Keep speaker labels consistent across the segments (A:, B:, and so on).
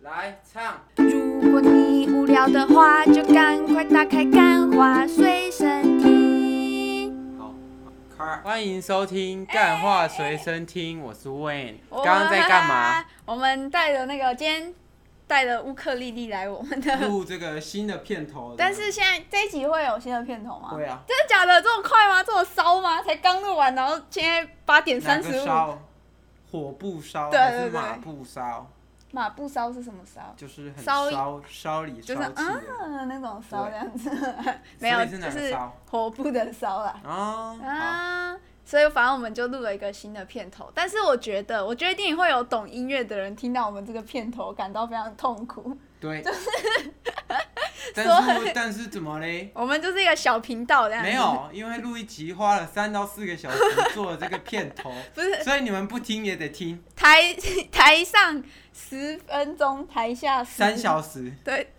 A: 来唱，
B: 如果你无聊的话，就赶快打开《干花随身听》。
A: 好，开。欢迎收听《干话随身听》，我是 Wayne。刚刚在干嘛？？
B: 我们带了那个，今天带了乌克丽丽来我们的，
A: 录这个新的片头。
B: 但是现在这一集会有新的片头吗？
A: 会啊，
B: 真的假的？这么快吗？这么烧吗？才刚录完，然后现在八点
A: 哪
B: 三十
A: 个
B: 五。
A: 烧？火不烧
B: 对
A: 还是
B: 对对
A: 马不烧？
B: 马步烧是什么烧？
A: 就是很
B: 烧
A: 烧烧里
B: 就是
A: 烧气的。
B: 啊那种烧
A: 对
B: 这样子， 没有
A: 所以是
B: 就
A: 哪个
B: 是
A: 烧
B: 火部的烧啊啦。
A: 哦，好，
B: 啊，所以反正我们就录了一个新的片头，但是我觉得，我觉得一定会有懂音乐的人听到我们这个片头感到非常痛苦。
A: 对。 但是但是怎么嘞？
B: 我们就是一个小频道这样，
A: 没，有，因为录一集花了三到四个小时做了这个片头，
B: 不是
A: 所以你们不听也得听
B: 台台上十分钟，台下十
A: 三。小时。
B: 对，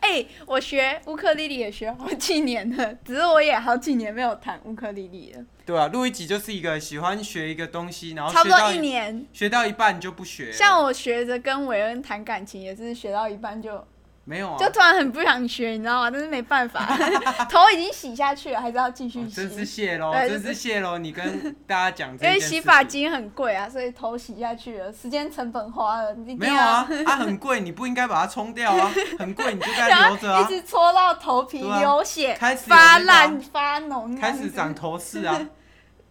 B: 哎、我学乌克丽丽也学好几年了，只是我也好几年没有弹乌克丽丽了，
A: 对啊，录一集就是一个喜欢学一个东西，然后
B: 差不
A: 学到
B: 多一年。
A: 学到一半就不学了。
B: 像我学着跟韦恩谈感情，也是学到一半就
A: 没有啊，
B: 就突然很不想学，你知道吗？但是没办法， 头已经洗下去了，还是要继续
A: 哦
B: 洗。
A: 真是谢喽，真
B: 对就是
A: 是谢喽！你 跟大家讲这件
B: 因为
A: 事情，
B: 洗发精很贵啊，所以头洗下去了，时间成本花了，你一定
A: 没有
B: 要
A: 啊，啊很贵，你不应该把它冲掉啊，很贵你就该
B: 然
A: 留
B: 后
A: 着
B: 一
A: 啊。
B: 直搓到头皮
A: 对啊
B: 流血、
A: 开始有那个啊
B: 发烂、发脓这样
A: 开
B: 子，
A: 始长头饰啊，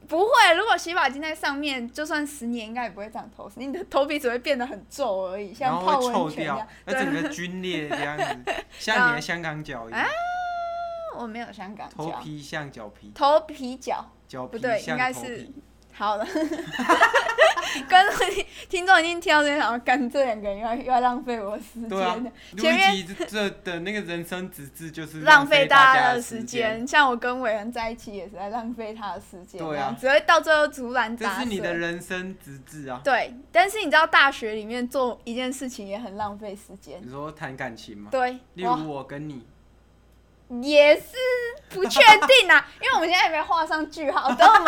B: 不会，如果洗发精在上面，就算十年应该也不会长头丝，你的头皮只会变得很皱而已，
A: 然
B: 像
A: 后
B: 泡
A: 会
B: 温
A: 臭
B: 泉一样
A: 掉。，那整个皲裂这样 子，像你的香港脚一样，
B: 我没有香港
A: 头
B: 啊脚，
A: 皮像脚皮，
B: 头皮角。
A: 脚
B: 不
A: 皮
B: 对应该
A: 像头
B: 是
A: 皮。
B: 好了， 观众听众已经听到这边，然后干这两个人又要又要浪费我的时间
A: 对啊
B: 了，，
A: 录
B: 前面
A: 一集这这的那个人生直至就是
B: 浪
A: 费
B: 费大
A: 家
B: 的时。间。像我跟伟人在一起也是在浪费他的时间，
A: 对啊
B: 只会到最后竹篮
A: 这
B: 打
A: 是你的
B: 水。
A: 人生直至啊！
B: 对，但是你知道大学里面做一件事情也很浪费时间。
A: 你说谈感情吗？
B: 对，
A: 例
B: 哇
A: 如我跟你，
B: 也是不确定啊，因为我们现在还没画上句号。等我们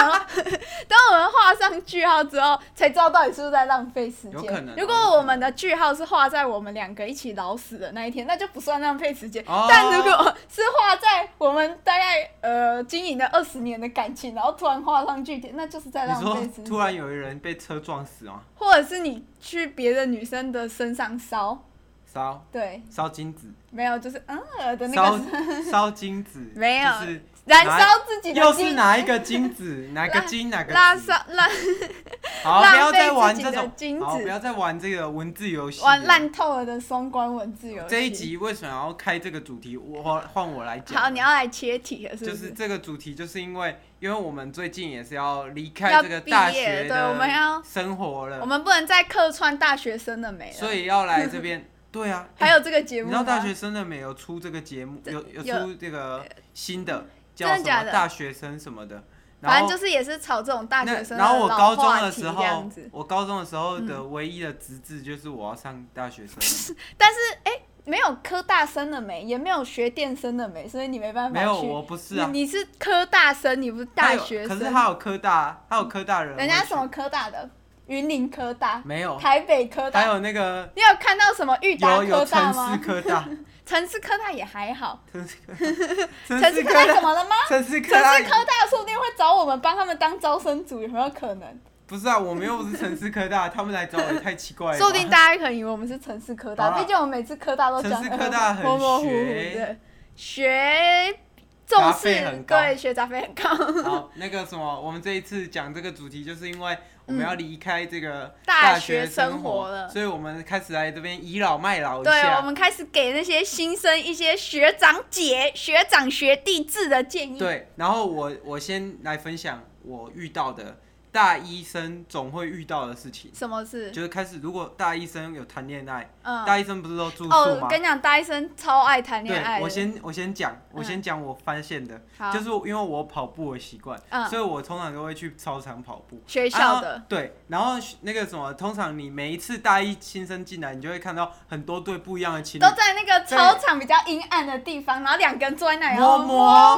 B: 等我们画上句号之后，才知道到底是不是在浪费时
A: 有可
B: 间
A: 能。
B: 如果我们的句号是画在我们两个一起老死的那一天，那就不算浪费时间。
A: 哦
B: 但如果是画在我们大概呃经营了二十年的感情，然后突然画上句点，那就是在
A: 你
B: 浪费时
A: 说突
B: 间。
A: 然有一人被车撞死啊，
B: 或者是你去别的女生的身上烧，
A: 烧
B: 对，
A: 烧金子，
B: 没有，就是嗯呃的那
A: 烧
B: 个
A: 烧金子，
B: 没有
A: 就是
B: 燃
A: 哪
B: 烧自己的
A: 又是
B: 精
A: 哪一个金 子，哪个金哪个
B: 拉
A: 子
B: 烧拉。
A: 好，
B: 浪
A: 不要
B: 费
A: 再
B: 自
A: 玩
B: 己
A: 这
B: 的金
A: 种，好，
B: 子
A: 不要再玩这个文字游戏了。
B: 玩烂透了的双关文字游戏。
A: 这一集为什么要开这个主题？我换换我来讲。
B: 好，你要来切题了，是
A: 就
B: 不
A: 是
B: 是？
A: 这个主题，就是因为因为我们最近也是要离开
B: 要
A: 这个
B: 毕
A: 大
B: 业
A: 学
B: 对
A: 的
B: 我们要
A: 生活
B: 我
A: 了，
B: 们不能再客串大学生的美了。
A: 所以要来这边。 对啊，
B: 还有这个节
A: 你
B: 目
A: 知
B: 吗，
A: 道大学生的美有出这个节目，有有
B: 有
A: 出这个新的叫
B: 真的
A: 什
B: 假
A: 么
B: 的
A: 大学生什么的，
B: 反
A: 然
B: 正
A: 后
B: 就是也是炒这种大学
A: 那
B: 生
A: 然后我
B: 老
A: 高中
B: 话
A: 的
B: 题
A: 时
B: 这
A: 候
B: 样子，嗯
A: 我高中的时候的唯一的职志就是我要上大学 生，
B: 没有科大生的美，也没有学电生的美，所以你没办
A: 没
B: 法去。
A: 有我不是啊，
B: 你你是科大生，你不是
A: 他
B: 大
A: 有
B: 学
A: 可是
B: 生。
A: 他有科大，他有科大人会去，
B: 人家什么科大的？云林科大、
A: 没有，
B: 台北科
A: 还
B: 大。
A: 有那个
B: 你有看到什么裕达
A: 有
B: 科
A: 有城
B: 大
A: 市
B: 吗？
A: 科大。
B: 城市科大也还好。
A: 城
B: 城市
A: 市
B: 科
A: 科
B: 大怎
A: 大，
B: 么了吗？
A: 城市科
B: 城
A: 大
B: 市，科大说不定会找我们帮他们当招生组，有没有可能？
A: 不是啊，我们又不是城市科大，他们来找我也太奇怪了吧。
B: 说不定大家可能以为我们是城市科
A: 好
B: 大，
A: 啦
B: 毕竟我们每次科大都讲
A: 城市科大
B: 得
A: 很
B: 模模糊糊
A: 学
B: 的，学重
A: 杂费
B: 视
A: 很高
B: 对学杂费很 高，
A: 好，那个什么，我们这一次讲这个主题，就是因为我们要离开这个
B: 大
A: 学
B: 学生
A: 生
B: 活了
A: 所以我们开始来这边倚老卖老一
B: 对我
A: 下。
B: 们开始给那些新生一些学长姐、学长学弟制的建议。
A: 对，然后我我先来分享我遇到的大一生总会遇到的事情，
B: 什么事？
A: 就是开始如果大一生有谈恋爱，
B: 嗯，
A: 大一生不是都住宿吗？
B: 哦，我跟你讲，大一生超爱谈恋爱
A: 对，
B: 的。
A: 我先我先讲，我先讲我发现的，
B: 好
A: 就是因为我跑步的习惯，
B: 嗯
A: 所以我通常都会去操场跑步。
B: 学
A: 啊然
B: 校
A: 后
B: 的，
A: 对，然后那个什么，通常你每一次大一新生进来，你就会看到很多对不一样的情侣
B: 都，在那个操场比较阴暗的地方，然后两个人坐在那里，然后
A: 摸摸
B: 摸摸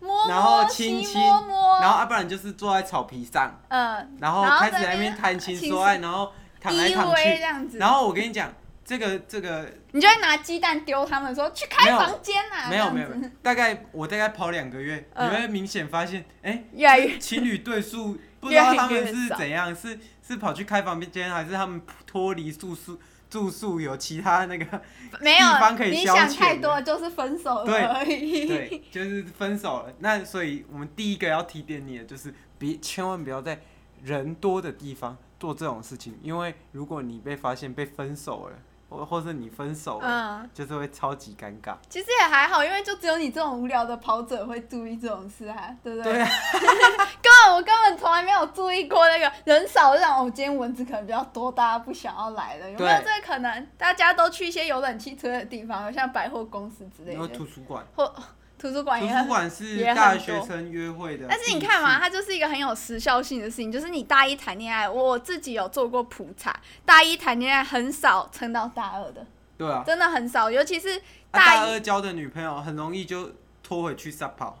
B: 摸，
A: 然后
B: 西
A: 亲亲
B: 摸摸，
A: 啊然后要、不然就是坐在草皮上，
B: 嗯，
A: 然后
B: 然后
A: 开
B: 在
A: 始在
B: 那
A: 那
B: 边
A: 边谈情
B: 亲
A: 说爱，然后躺来躺
B: PUA 这
A: 去。
B: 样子，
A: 然后我跟你讲，这个这个
B: 你就会拿鸡蛋丢他们说去开房间啊，
A: 没有没有
B: 这样子
A: 没有，大概我大概跑两个月，你
B: 嗯
A: 会明显发现，哎，
B: 越来越
A: 情侣对数不知
B: 越来
A: 道
B: 越
A: 他们是
B: 少
A: 怎样，是是跑去开房间，还是他们脱离住宿住宿有其他那个？
B: 没有
A: 地方可以
B: 你
A: 消遣
B: 想太多就是分手了而已。
A: 对，就是分手了。那所以我们第一个要提点你的就是，别千万不要在人多的地方做这种事情，因为如果你被发现被分手了，或或是你分手了，
B: 嗯，
A: 就是会超级尴尬。
B: 其实也还好，因为就只有你这种无聊的跑者会注意这种事啊，对不对？
A: 对啊，
B: 根本我根本从来没有注意过那个人少，就想哦，今天蚊子可能比较多，大家不想要来了，有没有
A: 对
B: 这个可能？大家都去一些有冷气吹的地方，像百货公司之类
A: 然后
B: 的，
A: 图书馆，
B: 或图书馆
A: 图
B: 也
A: 书
B: 很。
A: 馆嗯是
B: 也很
A: 大学
B: 多
A: 生约会的地区。
B: 但是你看嘛，它就是一个很有时效性的事情，就是你大一谈恋爱，我自己有做过普查，大一谈恋爱很少撑到大二的，
A: 对啊，
B: 真的很少，尤其
A: 啊
B: 是大一
A: 大二交的女朋友很容易就拖回去撒跑。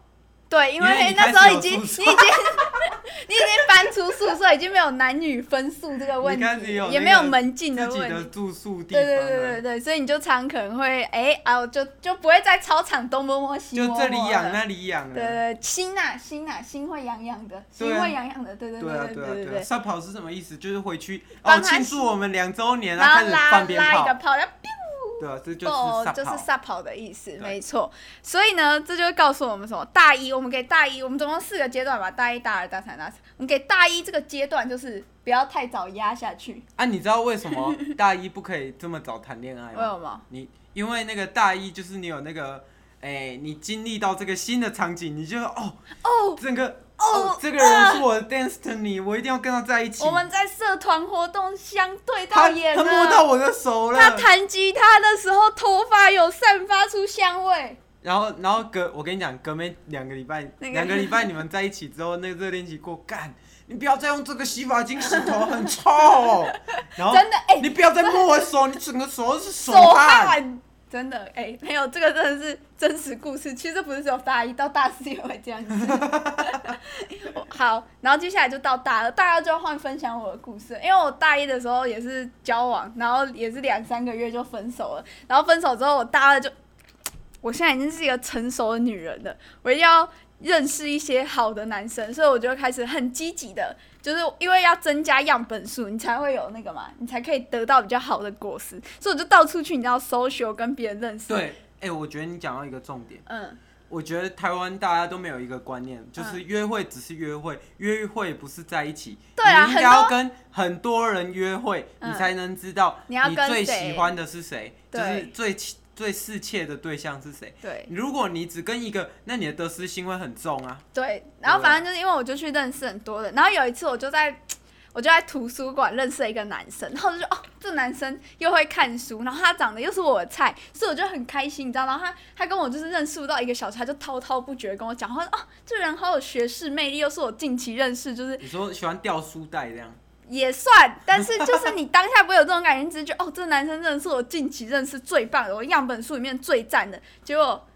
B: 对，因
A: 因为
B: 为
A: 你
B: 那
A: 开
B: 时候
A: 始
B: 已
A: 有
B: 经你已
A: 宿
B: 经 你已经搬出宿舍，已经没有男女分数这个问
A: 你开始
B: 题，
A: 有
B: 也
A: 那
B: 没有
A: 个
B: 门禁
A: 自己
B: 问
A: 的
B: 题。
A: 住宿地方
B: 对
A: 了，
B: 对对对对，所以你就常可能会哎、啊，我就就不会在操场东摸摸西摸
A: 就
B: 摸
A: 这里
B: 了
A: 痒那里痒
B: 对
A: 了。
B: 对对，心呐心呐，心会痒痒的，心
A: 对啊
B: 会痒痒的，对对
A: 对啊
B: 对
A: 对啊
B: 对
A: 对啊，。撒跑是什么意思？就是回去哦
B: 帮他
A: 庆祝我们两周年，
B: 然
A: 后
B: 后
A: 哎开始
B: 拉
A: 放鞭
B: 拉一个
A: 炮，
B: 炮，然后
A: 对啊，这就
B: 哦，
A: 是
B: 就
A: 撒
B: 是
A: 跑。
B: 撒跑的意思，
A: 对
B: 没错。所以呢，这就告诉我们什么？大一，我们给大一，我们总共四个阶段吧，大一、大二、大三、大四。我们给大一这个阶段就是不要太早压下去，
A: 啊，你知道为什 么大一不可以这么早谈恋爱
B: 为
A: 吗？
B: 什么？
A: 你因为那个大一就是你有那个，哎，你经历到这个新的场景，你就哦
B: 哦，
A: 整个
B: 哦
A: 哦这个人是我的 destiny，我一定要跟他在一起。
B: 我们在社团活动相对到
A: 他
B: 眼
A: 他摸
B: 了。
A: 到我的手了，
B: 他弹吉他的时候，头发有散发出香味。
A: 然后，然后隔我跟你讲，隔没两个礼拜，
B: 那个
A: 两个礼拜你们在一起之后，那个热恋期过，干，你不要再用这个洗发精洗头，很臭、然后
B: 真的哎
A: 你不要再摸我手，你整个手都是手
B: 手
A: 汗。
B: 汗，真的哎、没有这个真的是真实故事，其实不是只有大一到大四也会这样子。我好，然后接下来就到大二，大二就要换分享我的故事，因为我大一的时候也是交往，然后也是两三个月就分手了，然后分手之后我大二就，我现在已经是一个成熟的女人了，我一定要。认识一些好的男生，所以我就开始很积极的，就是因为要增加样本数，你才会有那个嘛，你才可以得到比较好的果实。所以我就到处去，你知道，social 跟别人认识。
A: 对，，哎、我觉得你讲到一个重点，
B: 嗯，
A: 我觉得台湾大家都没有一个观念，就是约会只是约会，约会不是在一起。
B: 对啊
A: 你应该要跟很多人约会，
B: 嗯
A: 你才能知道
B: 你要跟
A: 最喜
B: 谁
A: 欢的是谁，就是
B: 对
A: 最最适切的对象是谁。
B: 对
A: 如果你只跟一个，那你的得失心会很重啊。
B: 对。然后反正就是因为我就去认识很多人，然后有一次我就在。我就在图书馆认识了一个男生，然后我就觉得哦，这男生又会看书，然后他长得又是我的菜，所以我就很开心，你知道吗？然后他他跟我就是认识不到一个小时，他就滔滔不绝跟我讲话，哦，这人好有学识魅力，又是我近期认识，就是
A: 你说喜欢掉书袋这样，
B: 也算，但是就是你当下不会有这种感觉，你只是觉得哦，这男生真的是我近期认识最棒的，我样本数里面最赞的。结果，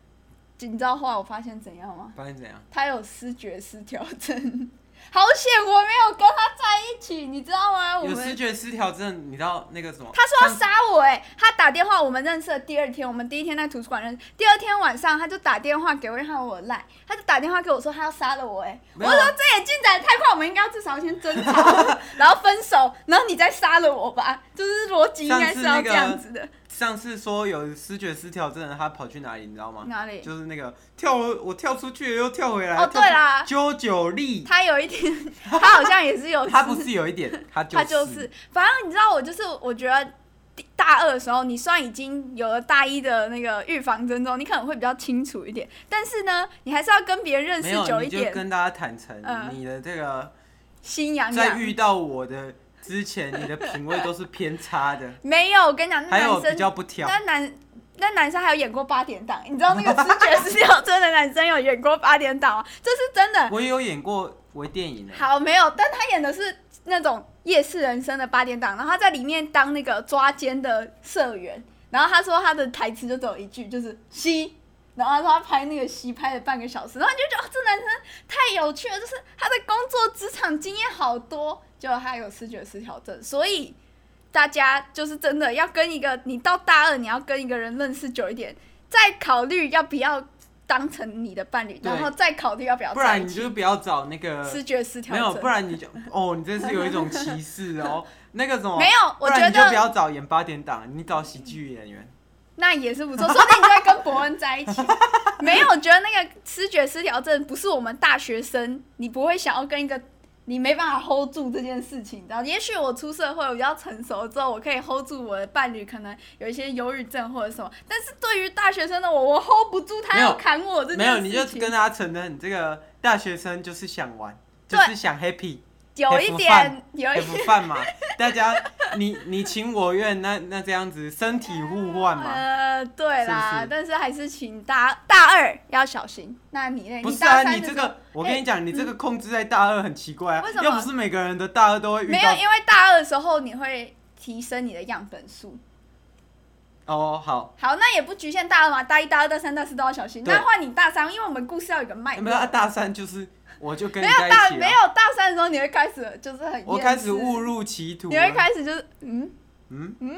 B: 你知道后来我发现怎样吗？
A: 发现怎样？
B: 他有失觉失调症， 好险我没有跟他在一起，你知道吗？我
A: 有视
B: 们
A: 觉失调症，你知道那个什么？
B: 他说要
A: 上
B: 杀我、哎，他打电话，我们认识的第二天，我们第一天在图书馆认识，第二天晚上他就打电话给我，让我赖，他就打电话给我说他要杀了我、哎，
A: 没
B: 我
A: 有
B: 说
A: 啊
B: 这也进展得太快，我们应该要至少先争 吵，然后分手，然后你再杀了我吧，就是逻辑应该是要这样子的。
A: 上次说有视觉失调症的，他跑去哪里？你知道吗？
B: 哪里？
A: 就是那个跳我跳出去又跳回来。
B: 哦，对啦，
A: 跳出，啾九力，
B: 他有一天，他好像也是 有
A: 他
B: 失
A: 不是有一点，他就是
B: 他就是，反正你知道，我就是我觉得第大二的时候，你虽然已经有了大一的那个预防针之后，你可能会比较清楚一点，但是呢，你还是要跟别人认
A: 没
B: 识
A: 有，
B: 久
A: 你
B: 一
A: 就
B: 点，
A: 跟大家坦诚，
B: 嗯
A: 你的这个
B: 心痒
A: 在
B: 痒。
A: 遇到我的之前，你的品味都是偏差的，
B: 没有，我跟你讲，那
A: 还有
B: 男
A: 比较
B: 生，
A: 不挑。
B: 那男。那男生还有演过八点档，你知道那个视觉失 调症的男生有演过八点档啊，这是真的。
A: 我也有演过微电影呢，
B: 好，没有，但他演的是那种夜市人生的八点档，然后他在里面当那个抓奸的社员，然后他说他的台词就只有一句，就是吸。然后他说他拍那个戏拍了半个小时，然后你就觉得、哦、这男生太有趣了，就是他的工作职场经验好多，结果他有视觉失调症，所以大家就是真的要跟一个，你到大二你要跟一个人认识久一点，再考虑要不要当成你的伴侣，
A: 对
B: 然后再考虑要不要
A: 不
B: 在一
A: 然你
B: 起。
A: 就是不要找那个
B: 视觉失调
A: 没有，
B: 症
A: 不然你就哦，你真是有一种歧视 哦。那个什么，
B: 没有，
A: 不
B: 我
A: 然
B: 觉
A: 你就不
B: 得
A: 要找演八点档，你找喜剧演员。
B: 那也是不错，说不定你就会跟伯恩在一 起。没有，我觉得那个视觉失调症不是我们大学生，你不会想要跟一个你没办法 hold 住这件事情，你知道？也许我出社会，我比较成熟之后，我可以 hold 住我的伴侣，可能有一些忧郁症或者什么。但是对于大学生的我，我 hold 不住他
A: 没有
B: 要砍我这件事情。
A: 没有，你就跟他承认，你这个大学生就是想玩，就是想 happy，
B: 有一点，有一
A: 也不犯嘛。大家你你情我愿，那那这样子身体互换嘛。
B: 呃，对啦，
A: 是不是
B: 但是还是请大大二要小心。那哎你呢？
A: 不是
B: 大
A: 啊，
B: 三
A: 你
B: 的
A: 这
B: 时候
A: 个我跟你讲，你这个控制在大二很奇怪啊
B: 为什。么
A: 要不是每个人的大二都会遇
B: 没有，
A: 到
B: 因为大二的时候你会提升你的样本数。
A: 哦，好，
B: 好，那也不局限大二嘛，大一、大二、大三、大四都要小心。
A: 对
B: 那换你大三，因为我们故事要有个脉
A: 没
B: 络。
A: 有啊大三就是我就跟
B: 哎没
A: 你
B: 有
A: 在
B: 大
A: 一起
B: 没
A: 了，
B: 有大三的时候，你会开始就是很
A: 我
B: 厌
A: 开始
B: 世
A: 误，入歧途了。
B: 你会开始就是嗯
A: 嗯
B: 嗯，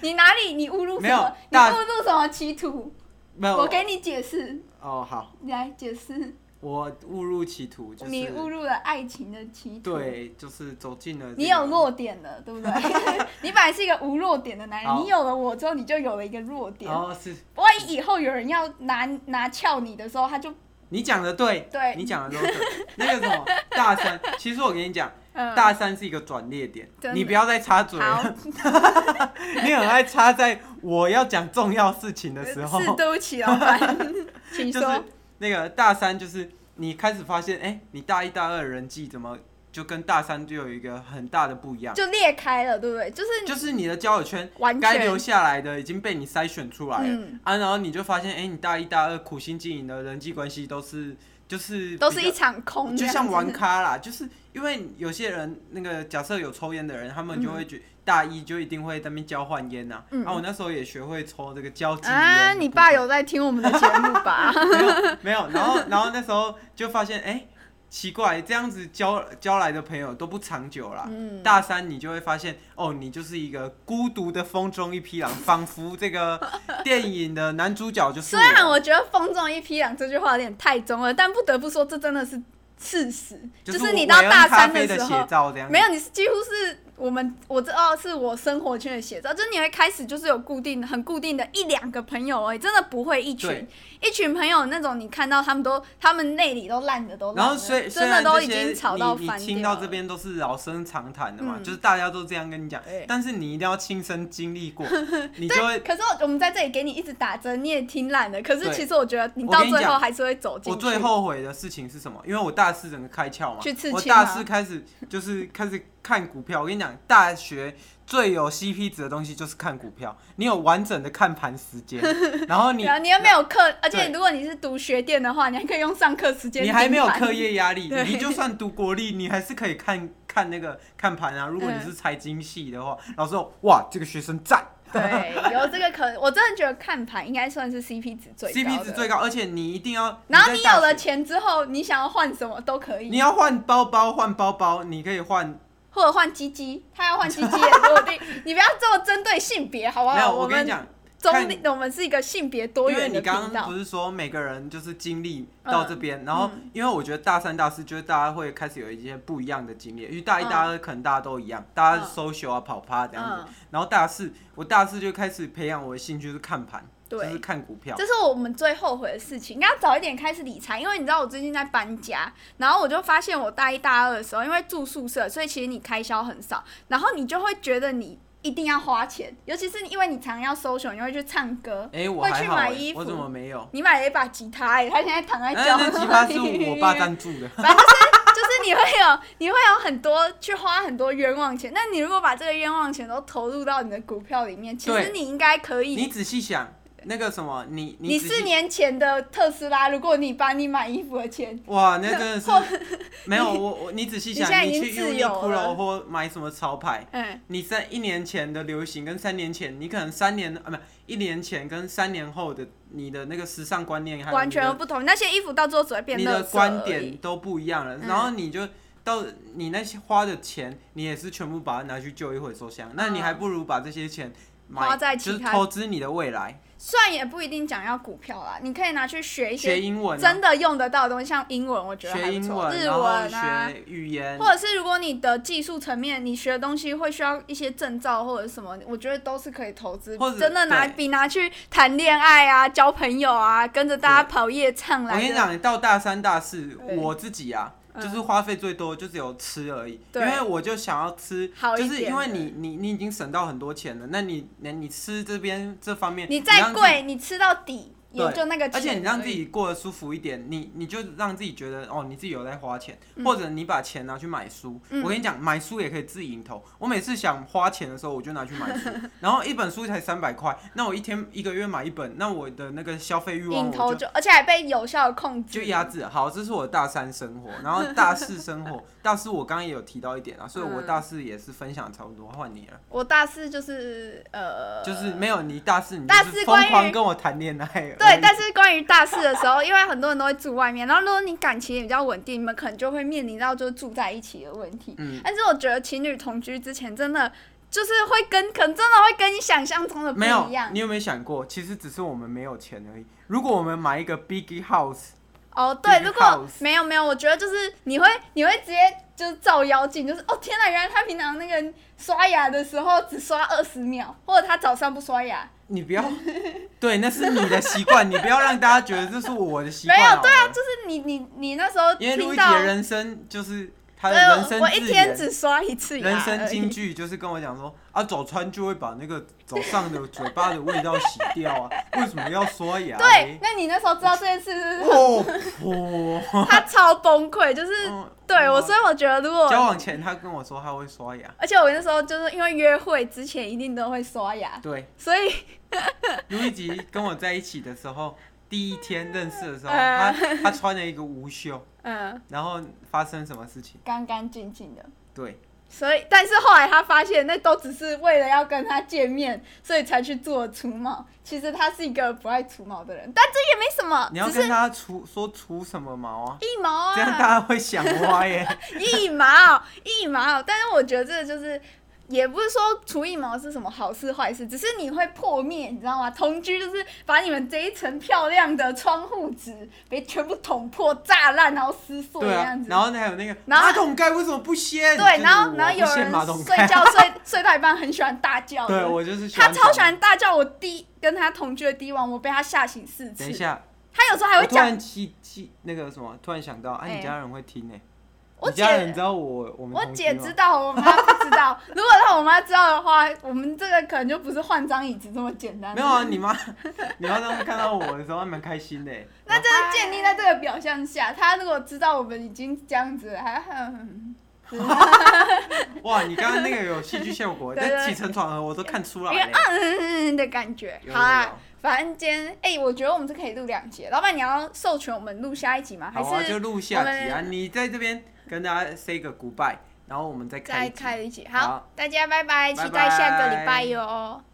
B: 你哪里你误入
A: 没
B: 什
A: 有
B: 么？你
A: 大
B: 误入什么歧途？
A: 没有
B: 我给你解释，
A: 哦好，
B: 你来解释，
A: 我误入歧途就是
B: 你误入了爱情的歧途。
A: 对，就是走进了、
B: 你有，弱点了，对不 对？你本来是一个无弱点的男人，
A: 好
B: 你有了我之后，你就有了一个弱点。
A: 哦是，
B: 万一以后有人要拿拿撬你的时候，他就
A: 你讲的对，
B: 对
A: 你讲的都对。那个什 么大三，其实我跟你讲，
B: 嗯，
A: 大三是一个转捩点
B: 真，的
A: 你不要再插嘴
B: 好
A: 了，，你很爱插在我要讲重要事情的时候，
B: 呃是对不起，老 板，请
A: 就
B: 说。
A: 是那个大三就是你开始发现，哎、你大一大二的人际怎么就跟大三就有一个很大的不一样，
B: 就裂开了，对不对？就是
A: 就是你的交友圈
B: 完
A: 该留
B: 全，
A: 下来的已经被你筛选出来了。
B: 嗯，
A: 啊，然后你就发现，哎、你大一、大二苦心经营的人际关系都是就是
B: 都是
A: 比
B: 一
A: 较
B: 场空这
A: 就
B: 样子，
A: 像玩咖啦，就是因为有些人那个假设有抽烟的人，他们就会觉、大一就一定会在那边交换烟呐。
B: 嗯
A: 啊，我那时候也学会抽这个交际烟。
B: 啊！你爸有在听我们的节目吧？
A: 没有？然后然后那时候就发现，哎、奇怪，这样子交交来的朋友都不长久啦。
B: 嗯，
A: 大三你就会发现，哦，你就是一个孤独的风中一匹狼，仿佛这 个电影的男主角就是
B: 虽
A: 我。
B: 然我觉得“风中一匹狼”这句话有点太中二，但不得不说，这真的是事实。
A: 就是是
B: 你
A: 我
B: 到
A: 要
B: 大
A: 咖
B: 三
A: 啡
B: 时
A: 的
B: 候
A: 写，照这样子
B: 没有，你是几乎是我们我知道是我生活圈的写照，就是你会开始就是有固定很固定的一两个朋友而已，真的不会一群
A: 对
B: 一群朋友那种，你看到他们都他们内里都烂的都烂
A: 然
B: 了，
A: 后虽虽
B: 真的
A: 然
B: 都
A: 这
B: 已
A: 些
B: 经吵
A: 你
B: 到
A: 你
B: 翻
A: 听
B: 掉
A: 到
B: 了
A: 这边都是老生常谈的嘛，
B: 嗯
A: 就是大家都这样跟你讲
B: 对，
A: 但是你一定要亲身经历 过，你就会。
B: 可是我们在这里给你一直打针，你也听烂了。可是
A: 对
B: 其实我觉得你
A: 我
B: 到
A: 跟你
B: 最后
A: 讲
B: 还是会走进
A: 我
B: 去。
A: 最后悔的事情是什么？因为我大四整个开窍嘛
B: 去刺，
A: 我
B: 青啊
A: 大
B: 吗
A: 四开始就是 开始看股票。我跟你讲，大学最有 CP 值的东西就是看股票，你有完整的看盘时 间，然后你
B: 对啊，你又没有课，而且
A: 对
B: 如果你是读学店的话，你还可以用上课时间。
A: 你还没有课。业压力，
B: 对
A: 你就算读国立，你还是可以看看那个看盘啊。如
B: 嗯
A: 果你是财经系的话，老师说哇，这个学生赞。
B: 对，有这个可能，我真的觉得看盘应该算是 CP 值最高
A: CP 值
B: 的
A: 最高，而且你一定要。
B: 然后你
A: 在大
B: 有了
A: 学，
B: 钱之后，你想要换什么都可
A: 你
B: 以，
A: 要换包包，换包包，你可以换。
B: 或者换鸡鸡，他要换鸡 鸡也说不定。你不要这么针对性别，好不
A: 没
B: 好？
A: 有，我跟
B: 们
A: 你讲，
B: 中
A: 看
B: 立，我们是一个性别多
A: 因为
B: 元
A: 你
B: 的
A: 刚
B: 频
A: 刚
B: 道
A: 不。是说每个人就是经历到
B: 嗯
A: 这边，然后因为我觉得大三、大四就是大家会开始有一些不一样的经历，因为大一、
B: 嗯
A: 大二可能大家都一样，大家
B: 嗯
A: social 啊、跑趴这样子，
B: 嗯，
A: 然后大四，我大四就开始培养我的兴趣，就是看盘，就
B: 对
A: 是看股票。
B: 这是我们最后悔的事情，应该要早一点开始理财，因为你知道我最近在搬家，然后我就发现我大一大二的时候，因为住宿舍，所以其实你开销很少，然后你就会觉得你一定要花钱，尤其是因为你常要 social，你会去唱歌，
A: 哎、我
B: 会
A: 还
B: 去
A: 好、
B: 买
A: 哎
B: 衣
A: 我怎
B: 服
A: 么没有？
B: 你买了一把吉他、欸，他现在躺在
A: 哎，
B: 角
A: 那吉他
B: 落
A: 是
B: 里。
A: 我爸赞助的，
B: 反正就是就是你会有你会有很多去花很多冤枉钱，那你如果把这个冤枉钱都投入到你的股票里面，其实
A: 对
B: 你应该可以
A: 你仔细想，那个什么，你
B: 你
A: 仔
B: 四
A: 细
B: 年前的特斯拉，如果你把你买衣服的钱，
A: 哇，那真的是没有我我你仔细
B: 你现在
A: 想，
B: 已
A: 你
B: 经
A: 去
B: 自由
A: Uniqlo
B: 了
A: 或买什么潮牌，
B: 嗯，
A: 你在一年前的流行跟三年前，你可能三年啊，不一年前跟三年后的你的那个时尚观念还有
B: 完
A: 你的
B: 全不同。那些衣服到最后只会变
A: 你
B: 垃
A: 的
B: 圾而已
A: 观点都不一样了，
B: 嗯
A: 然后你就到你那些花的钱，你也是全部把它拿去旧衣回收箱，那你还不如把这些钱买，
B: 嗯花在其
A: 就是
B: 他
A: 投资你的未来，
B: 虽然也不一定讲要股票啦，你可以拿去学一
A: 学
B: 些
A: 英文、啊，
B: 真的用得到的东西，像英文，我觉得还
A: 学
B: 不
A: 英
B: 错，
A: 文，
B: 日
A: 然后
B: 文啊，
A: 学语言，
B: 或者是如果你的技术层面，你学的东西会需要一些证照或者什么，我觉得都是可以投资
A: 或，者
B: 真的拿
A: 对
B: 比拿去谈恋爱啊、交朋友啊、跟着大家啊跑夜唱
A: 我
B: 来
A: 跟你
B: 的。
A: 讲，你到大三、大四，
B: 对
A: 我自己啊，
B: 嗯
A: 就是花费最多就只有吃而已，因
B: 对
A: 为我就想要吃，
B: 好一
A: 就是
B: 点
A: 因为
B: 的
A: 你你你已经省到很多钱了，那你那你吃这边这方面，
B: 你
A: 让
B: 再
A: 自己，
B: 贵，你吃到底也
A: 对
B: 就那个钱
A: 而
B: 已。
A: 且你让自己过得舒服一点，你你就让自己觉得哦，你自己有在花钱，或者你把钱拿去买书。
B: 嗯
A: 我跟你讲，买书也可以自己投。我每次想花钱的时候，我就拿去买书，然后一本书才三百块，那我一天一个月买一本，那我的那个消费欲望
B: 瘾
A: 我
B: 头
A: 就
B: 就，而且还被有效的控制。
A: 就压制。好，这是我大三生活，然后大四生活，大四我刚刚也有提到一点啊，所以我大
B: 嗯
A: 四也是分享差不多，换你了，
B: 我大四就是呃，
A: 就是没有你大四你就
B: 大
A: 是
B: 四
A: 疯
B: 关于
A: 狂跟我谈恋爱而已，
B: 对，但是关于大四的时候，因为很多人都会住外面，然后如果你感情也比较稳定，你们可能就会面临到就是住在一起的问题。
A: 嗯
B: 但是我觉得情侣同居之前，真的就是会跟，可能真的会跟你想象中的呃不
A: 没有
B: 一样。
A: 你有没有想过，其实只是我们没有钱而已。如果我们买一个 big house，
B: 哦，对，
A: big
B: 如果
A: house
B: 没有没有，我觉得就是你会你会直接就是照妖镜，就是哦天哪，原来他平常那个刷牙的时候只刷二十秒，或者他早上不刷牙。
A: 你不 要，对，那是你的习惯，你不要让大家觉得这是我的习
B: 没
A: 惯。
B: 有，对啊，
A: 好了
B: 就是你你你那时候
A: 因为陆
B: 听
A: 一
B: 到
A: 杰，人生就是他的
B: 对
A: 人生
B: 我我
A: 自
B: 一天
A: 言
B: 只刷一次牙而
A: 人
B: 已。
A: 生金句就是跟我讲说啊，早餐就会把那个早上的嘴巴的味道洗掉啊，为什么要刷牙？哎
B: 对，，那你那时候知道这件事是不是？
A: 哦，哦
B: 他超崩溃，就是、
A: 嗯
B: 对我，所以我觉得如果
A: 交往前他跟我说他会刷牙，
B: 而且我那时候就是因为约会之前一定都会刷牙，
A: 对，
B: 所以
A: 卢一吉跟我在一起的时候， 第一天认识的时候，他
B: 呃
A: 他穿了一个无袖，
B: 嗯
A: 然后发生什么事情？
B: 干干净净的。
A: 对，
B: 所以，但是后来他发现那都只是为了要跟他见面，所以才去做除毛。其实他是一个不爱除毛的人，但这也没什么，
A: 你要
B: 只
A: 跟
B: 是
A: 他除说除什么毛啊？
B: 一毛
A: 这样
B: 啊，
A: 大家会想歪 耶。
B: 一毛一毛。但是我觉得这个就是。也不是说除一毛是什么好事坏事，只是你会破灭，你知道吗？同居就是把你们这一层漂亮的窗户纸别全部捅破、炸烂，然后撕碎这
A: 对啊
B: 样，子。
A: 然后还有那个
B: 然后
A: 马桶盖为什么不掀？
B: 对，啊然后
A: 就是我
B: 然后有
A: 不掀马桶
B: 人
A: 盖
B: 睡觉睡睡到一半很喜欢大叫的，
A: 对我就是
B: 他超喜
A: 这样。
B: 欢大叫。我第跟他同居的第一晚，我被他吓醒四次
A: 等一。下，
B: 他有时候还
A: 我
B: 会
A: 突
B: 讲，
A: 然记记那个什么，突然想到，啊，
B: 哎
A: 你家人会听呢、
B: 我
A: 你家人
B: 姐
A: 知道我我们
B: 我
A: 同居
B: 姐
A: 吗
B: 知道，我妈不知 道。如果让我妈知道的话，我们这个可能就不是换张椅子这么简单。
A: 没有啊？你妈， 你妈当时看到我的时候，还蛮开心的、欸。
B: 那这是建立在这个表象下。他如果知道我们已经这样子了，还很。嗯
A: 哇，你刚刚那个有戏剧效 果，
B: 对对
A: 但起承转合我都看出来
B: 一个
A: 了、
B: 嗯的感觉。
A: 有
B: 好啊
A: 有
B: 啦
A: 有，
B: 反正今天，哎、我觉得我们是可以录两集。老板，你要授权我们录下一集吗？还
A: 好啊，就是录下集啊！
B: 我
A: 你在这边跟大家 say 个 goodbye，然后我们再开
B: 再
A: 一集
B: 开一集？
A: 好
B: 好，大家拜
A: 拜
B: 拜，期待下个
A: 拜
B: 礼拜哟。